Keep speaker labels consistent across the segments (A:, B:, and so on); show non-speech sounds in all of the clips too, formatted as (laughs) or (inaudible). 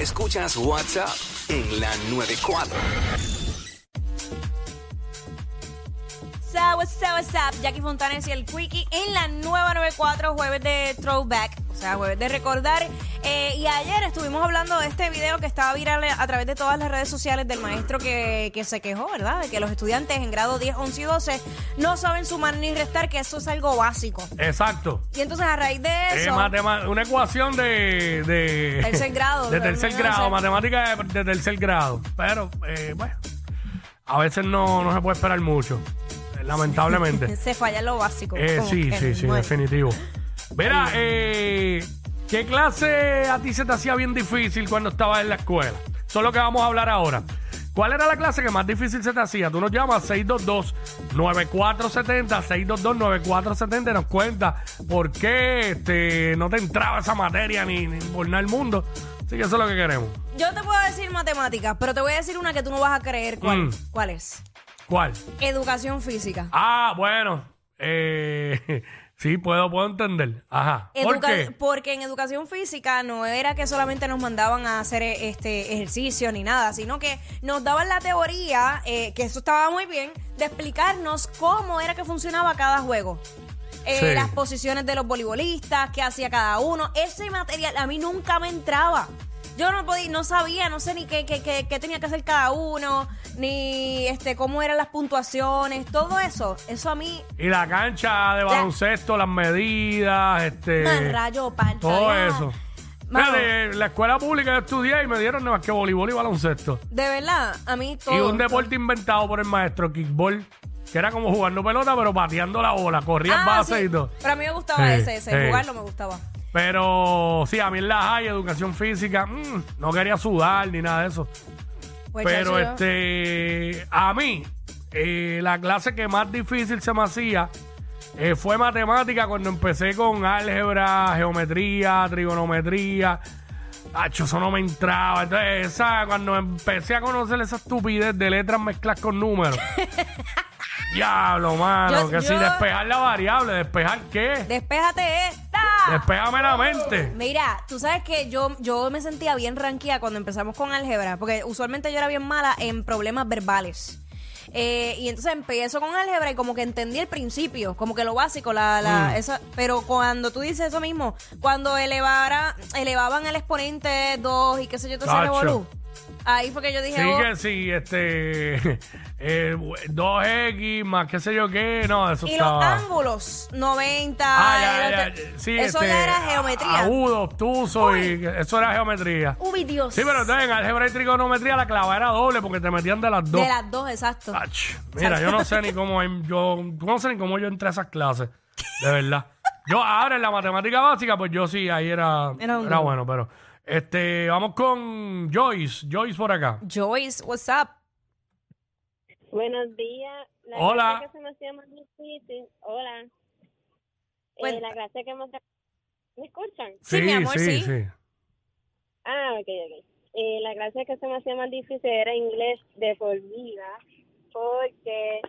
A: Escuchas WhatsApp en la 94.
B: So, what's up, what's up? Jackie Fontanes y el Quickie en la nueva 94, jueves de Throwback, o sea, jueves de recordar. Eh, y ayer estuvimos hablando de este video que estaba viral a través de todas las redes sociales del maestro que, que se quejó, ¿verdad? De que los estudiantes en grado 10, 11 y 12 no saben sumar ni restar, que eso es algo básico.
C: Exacto.
B: Y entonces, a raíz de
C: Eh,
B: eso,
C: matema- una ecuación de, de
B: Tercer grado,
C: (laughs) de
B: terminado
C: tercer
B: de
C: grado,
B: hacer.
C: matemática de, de tercer grado. Pero, eh, bueno, a veces no, no se puede esperar mucho, eh, lamentablemente.
B: se falla lo básico.
C: Eh,
B: Como
C: sí,
B: que
C: sí, sí,
B: no hay-
C: definitivo. Mira, eh, ¿qué clase a ti se te hacía bien difícil cuando estabas en la escuela? Eso es lo que vamos a hablar ahora. ¿Cuál era la clase que más difícil se te hacía? Tú nos llamas 622-9470, 622-9470 y nos cuenta por qué este, no te entraba esa materia ni, ni por nada el mundo. Así que eso es lo que queremos.
B: Yo te puedo decir matemáticas, pero te voy a decir una que tú no vas a creer cuál,
C: Mm.
B: cuál es.
C: ¿Cuál?
B: Educación física.
C: Ah, bueno. eh, (laughs) sí, puedo, puedo entender. Ajá. ¿Por
B: Educa-
C: qué?
B: Porque en educación física no era que solamente nos mandaban a hacer eh, este ejercicio ni nada, sino que nos daban la teoría, eh, que eso estaba muy bien, de explicarnos cómo era que funcionaba cada juego. Eh,
C: Sí.
B: Las posiciones de los voleibolistas, qué hacía cada uno. Ese material a mí nunca me entraba. Yo no podía, no sabía, no sé ni qué, qué- qué- qué tenía que hacer cada uno, ni este cómo eran las puntuaciones, todo eso. Eso a mí
C: Y la cancha de baloncesto, las medidas, este.
B: Man, rayo, palta,
C: Todo
B: ya.
C: eso.
B: Mano.
C: Fíjate, en la escuela pública yo estudié y me dieron nada más que voleibol y baloncesto.
B: De verdad, a mí todo.
C: y un deporte inventado por el maestro, kickball, que era como jugando pelota, pero pateando la bola, corría
B: Ah,
C: en base
B: sí.
C: y todo.
B: Pero a mí me gustaba
C: Sí,
B: ese, ese.
C: sí.
B: Jugar no me gustaba.
C: Pero sí, a mí en la high, educación física, mm, no quería sudar ni nada de eso.
B: Pues,
C: Pero
B: chacho, yo-
C: este, a mí, eh, la clase que más difícil se me hacía eh, fue matemática cuando empecé con álgebra, geometría, trigonometría. Hacho, eso no me entraba. Entonces, esa, cuando empecé a conocer esa estupidez de letras mezcladas
B: (laughs)
C: con números. Diablo, mano.
B: Yo-
C: que si
B: yo-
C: despejar la variable, despejar qué?
B: Despéjate esta.
C: Despejame la mente.
B: Mira, tú sabes que yo, yo me sentía bien ranquía cuando empezamos con álgebra, porque usualmente yo era bien mala en problemas verbales. Eh, y entonces empiezo con álgebra y como que entendí el principio, como que lo básico, la, la-
C: Mm.
B: esa, pero cuando tú dices eso mismo, cuando elevara, elevaban el exponente 2 y qué sé yo, te se
C: Tacho.
B: revolú. Ahí fue que yo dije,
C: Sí,
B: oh,
C: que sí, este. (laughs) eh, 2X más qué sé yo qué. No, eso
B: Y los
C: estaba.
B: ángulos, 90.
C: Ah, ya,
B: el
C: ya,
B: otro-
C: ya, sí,
B: eso
C: este,
B: ya era geometría.
C: Agudo, obtuso y eso era geometría.
B: Uy, Dios.
C: Sí, pero entonces en álgebra y trigonometría la clava era doble porque te metían de las dos. Ah.
B: De las dos, exacto.
C: Ach, mira, yo no sé ni cómo em- yo no sé ni cómo yo entré a esas clases, de verdad. Yo ahora en la matemática básica, pues yo sí, ahí era,
B: Era un
C: era
B: duro.
C: bueno, pero este, vamos con Joyce, Joyce por acá.
B: Joyce, what's up?
D: Buenos días. La
C: Hola.
D: clase que se me hacía más difícil. Hola. Eh,
B: Cuenta.
D: la clase que más... ¿Me escuchan?
B: Sí, mi amor, sí.
D: Ah, ok, ok. Eh, la clase que se me hacía más difícil era inglés de por vida, porque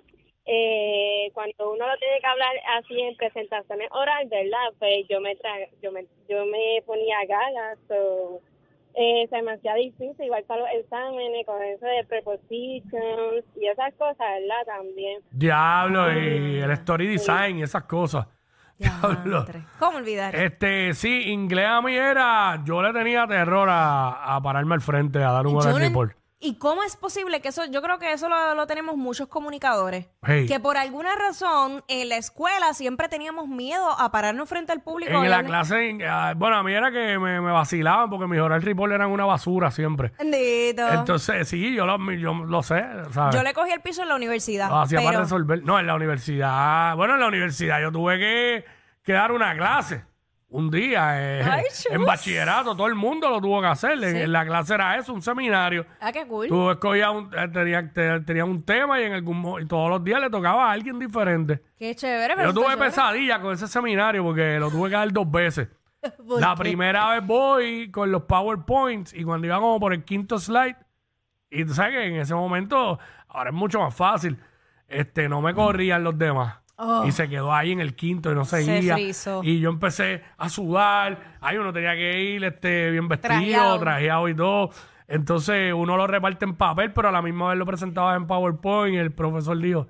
D: eh, cuando uno lo tiene que hablar así en presentaciones orales, ¿verdad? Pues yo me, tra yo me, yo me ponía galas, o eh, se me hacía difícil, igual para los exámenes, con eso de prepositions y esas cosas, ¿verdad? También.
C: Diablo y
B: Ah.
C: el story design y esas cosas. (laughs) Diablo.
B: Diantre. ¿Cómo olvidar?
C: Este, sí, inglés a mí era. Yo le tenía terror a, a pararme al frente, a dar un
B: Yo
C: gol
B: no
C: al
B: en-
C: report.
B: ¿Y cómo es posible que eso? Yo creo que eso lo, lo tenemos muchos comunicadores.
C: Hey.
B: Que por alguna razón en la escuela siempre teníamos miedo a pararnos frente al público.
C: En la
B: Hablarle-
C: clase, en- ah, bueno, a mí era que me, me vacilaban porque mis horas report eran una basura siempre.
B: Bendito.
C: Entonces, sí, yo lo, yo lo sé, ¿sabes?
B: yo le cogí el piso en la universidad.
C: Lo hacía para
B: pero-
C: resolver. No, en la universidad. Bueno, en la universidad yo tuve que, que dar una clase. Un día, eh,
B: Ay, chus.
C: (laughs) en bachillerato, todo el mundo lo tuvo que hacer. En,
B: Sí.
C: en la clase era eso, un seminario.
B: Ah, qué cool.
C: Tú escogías un, eh, tenía, te- tenía un tema y en algún mo- y todos los días le tocaba a alguien diferente.
B: Qué chévere. pero
C: Yo
B: está
C: tuve
B: chévere.
C: pesadillas con ese seminario porque lo tuve que dar dos veces. La primera vez voy con los PowerPoints y cuando iba como por el quinto slide, y tú sabes que en ese momento, ahora es mucho más fácil, este no me corrían los demás.
B: Oh.
C: Y se quedó ahí en el quinto y no
B: Se
C: seguía.
B: frizó.
C: y yo empecé a sudar. Ahí uno tenía que ir este, bien vestido,
B: Trajeado.
C: trajeado y todo. Entonces uno lo reparte en papel, pero a la misma vez lo presentaba en PowerPoint y el profesor dijo,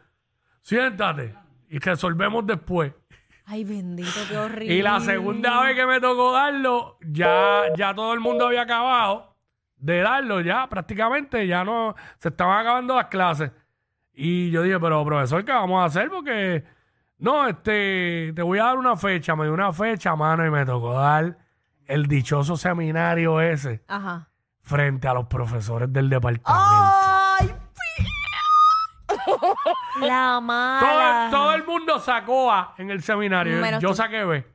C: siéntate y resolvemos después.
B: Ay, bendito, qué horrible.
C: Y la segunda vez que me tocó darlo, ya, ya todo el mundo había acabado de darlo, ya prácticamente, ya no, se estaban acabando las clases. Y yo dije, pero profesor, ¿qué vamos a hacer? Porque, no, este, te voy a dar una fecha, me dio una fecha, mano, y me tocó dar el dichoso seminario ese
B: Ajá.
C: frente a los profesores del departamento.
B: ¡Ay, pi- La
C: Todo,
B: mala.
C: el- todo el mundo sacó A en el seminario.
B: Menos
C: yo
B: tú.
C: saqué B.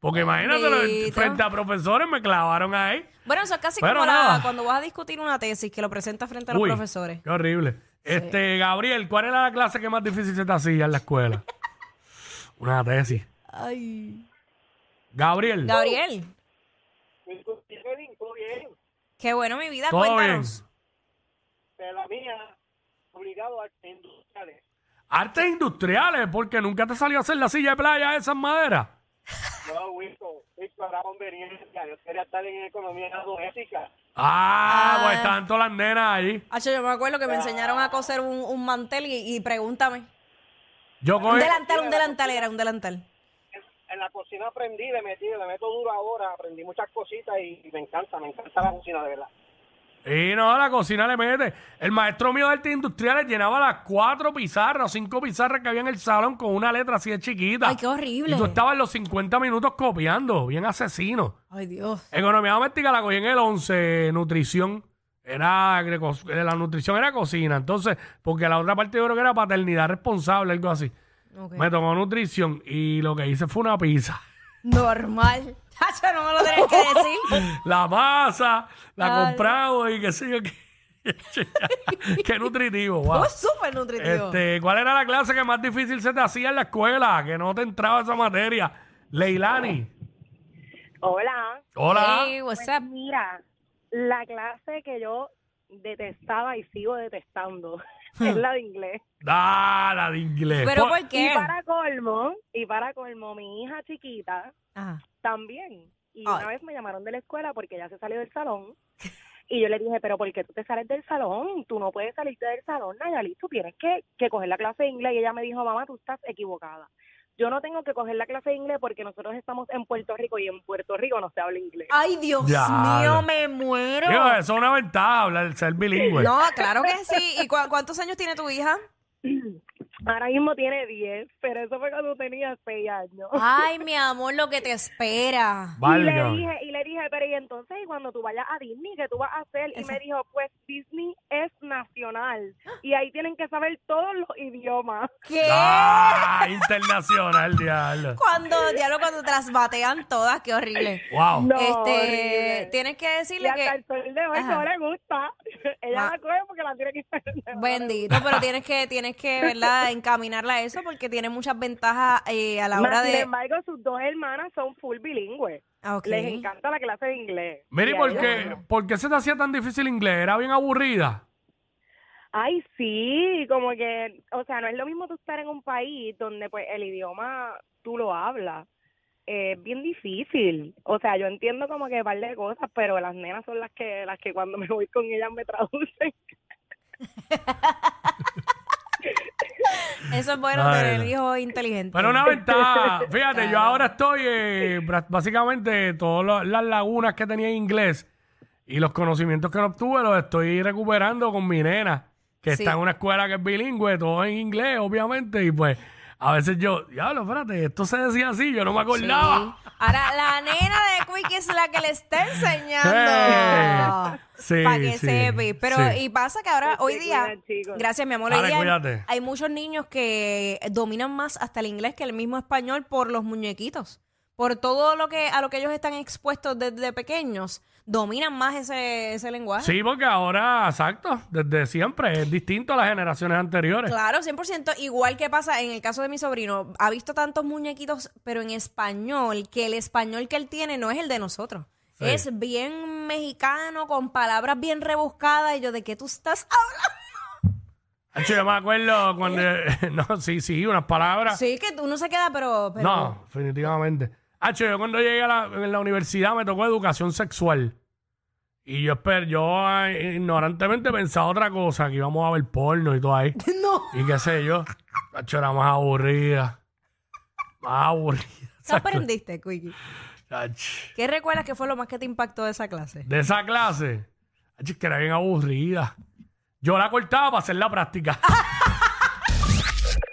C: Porque imagínate, lo-
B: Bendito.
C: frente a profesores me clavaron ahí.
B: Bueno, eso es casi
C: Pero
B: como la-
C: nada.
B: cuando vas a discutir una tesis que lo presentas frente a los
C: Uy,
B: profesores.
C: Qué horrible. Este, Gabriel, ¿cuál era la clase que más difícil se te hacía en
B: (laughs)
C: la escuela? Una tesis.
B: Ay.
C: Gabriel,
B: Gabriel,
E: Me encontré todo bien,
B: qué bueno mi vida,
C: todo bien.
B: cuéntanos.
E: pero la mía, obligado a industriales.
C: Artes industriales, porque nunca te salió a hacer la silla de playa de esas maderas.
E: Yo, Wilco, Wilco era conveniencia, yo quería estar en economía doméstica.
C: Ah,
B: Ah.
C: pues estaban todas las nenas ahí.
B: Hacho, yo me acuerdo que me enseñaron a coser un, un mantel y, y pregúntame.
C: Yo
B: Un
C: cogí,
B: delantal, un delantal era, un delantal.
E: En la cocina aprendí, le metí, le meto duro ahora, aprendí muchas cositas y me encanta, me encanta la cocina, de verdad.
C: Y no, la cocina le mete. El maestro mío de artes industriales llenaba las cuatro pizarras o cinco pizarras que había en el salón con una letra así de chiquita.
B: Ay, qué horrible.
C: Y tú estabas los 50 minutos copiando, bien asesino.
B: Ay, Dios.
C: Economía doméstica la cogí en el 11, nutrición. Era de co- de la nutrición era cocina, entonces, porque la otra parte yo creo que era paternidad responsable, algo así.
B: Ok.
C: Me tomó nutrición y lo que hice fue una pizza. (laughs)
B: Normal. (laughs) Hacho, no me lo tenés que decir.
C: La masa, la
B: Ay.
C: compramos y qué sé yo qué. (laughs) qué nutritivo, wow.
B: Fue Pues súper nutritivo.
C: Este, ¿Cuál era la clase que más difícil se te hacía en la escuela? Que no te entraba esa materia. Leilani.
D: Hola.
C: Hola.
B: Hey, what's up?
D: Mira, la clase que yo detestaba y sigo detestando (laughs) es la de inglés.
C: Ah, la de inglés. Pues,
B: ¿Pero
C: Pon-
B: por qué?
D: Y para colmo, y para colmo, mi hija chiquita
B: Ajá.
D: también. Y
B: Ay.
D: una vez me llamaron de la escuela porque ya se salió del salón. Y yo le dije, pero ¿por qué tú te sales del salón? Tú no puedes salirte del salón, Nayali. Tú tienes que, que coger la clase de inglés. Y ella me dijo, mamá, tú estás equivocada. Yo no tengo que coger la clase de inglés porque nosotros estamos en Puerto Rico y en Puerto Rico no se habla inglés.
B: Ay, Dios
C: Ya,
B: mío,
C: lo-
B: me muero.
C: Digo, eso es una ventaja, hablar, el ser bilingüe.
B: No, claro que sí. ¿Y cua- cuántos años tiene tu hija?
D: Ahora mismo tiene 10, pero eso fue cuando tenía 6 años.
B: Ay, mi amor, lo que te espera.
C: Válgame.
D: Y le dije, y le dije, pero y entonces, y cuando tú vayas a Disney, ¿qué tú vas a hacer? Y
B: Esa-
D: me dijo, pues Disney es nacional y ahí tienen que saber todos los idiomas.
B: ¿Qué?
C: Ah, internacional, diablo.
B: Cuando, diablo, cuando te las batean todas, qué horrible.
C: Wow.
D: No,
B: este,
D: horrible.
B: tienes que
D: Y
B: decirle
D: hasta el
B: que.
D: sol de hoy
B: Ajá.
D: no le gusta. (laughs) Ella
B: Ma-
D: la coge porque la tiene que
B: Bendito, pero tienes que, tienes que,
D: (laughs)
B: ¿verdad? Encaminarla a eso porque tiene muchas ventajas eh, a la hora
D: Más, Sin
B: de.
D: embargo, sus dos hermanas son full bilingües.
B: Ah, ok.
D: Les encanta la clase de inglés.
C: Mire,
D: Y a
C: ¿por
D: ellas-
C: qué, por qué se te hacía tan difícil inglés? ¿Era bien aburrida?
D: Ay, sí, como que, o sea, no es lo mismo tú estar en un país donde pues el idioma tú lo hablas. Eh, Es bien difícil. O sea, yo entiendo como que un par de cosas, pero las nenas son las que las que cuando (laughs) me voy con ellas me traducen.
B: Eso es bueno
C: Ay,
B: tener
C: no.
B: hijos inteligentes.
C: Pero una ventaja. Fíjate, yo ahora estoy, eh, pra- básicamente, todas lo- las lagunas que tenía en inglés y los conocimientos que no obtuve los estoy recuperando con mi nena, que
B: Sí.
C: está en una escuela que es bilingüe, todo en inglés, obviamente, y pues a veces yo, diablo, espérate, esto se decía así, yo no me
B: Sí.
C: acordaba.
B: Ahora, la nena de Quick es la que le está
C: Eh,
B: enseñando.
C: sí,
B: para que
C: sí,
B: sepa. Pero
C: sí.
B: y pasa que ahora,
D: Se
B: hoy día,
D: cuidan, chicos.
B: gracias mi amor,
C: Dale,
B: hoy día hay,
C: cuídate.
B: muchos niños que dominan más hasta el inglés que el mismo español por los muñequitos. por todo lo que a lo que ellos están expuestos desde pequeños, dominan más ese, ese lenguaje.
C: Sí, porque ahora, exacto, desde siempre es distinto a las generaciones anteriores.
B: Claro, 100%. Igual que pasa en el caso de mi sobrino. Ha visto tantos muñequitos, pero en español, que el español que él tiene no es el de nosotros.
C: Sí.
B: Es bien mexicano, con palabras bien rebuscadas. Y yo, ¿de qué tú estás hablando?
C: De hecho, yo me acuerdo cuando. (laughs) no, sí, sí, unas palabras.
B: Sí, que uno se queda, pero... pero-
C: Ah. No, definitivamente. Hacho, yo cuando llegué a la, en la universidad me tocó educación sexual. Y yo, esper- yo eh, ignorantemente pensaba otra cosa, que íbamos a ver porno y todo ahí.
B: (laughs) No.
C: Y qué sé yo. Hacho, era más aburrida. Más aburrida. (laughs)
B: ¿Qué aprendiste, Quickie?
C: Ach,
B: ¿Qué recuerdas que fue lo más que te impactó de esa clase?
C: De esa clase. Ach, que era bien aburrida. Yo la cortaba para hacer la práctica.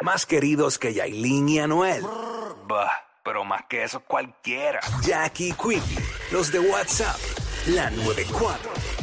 A: Más queridos que Yailin y Anuel. Bah, pero más que eso cualquiera. Jackie Quickie, los de WhatsApp, la 94.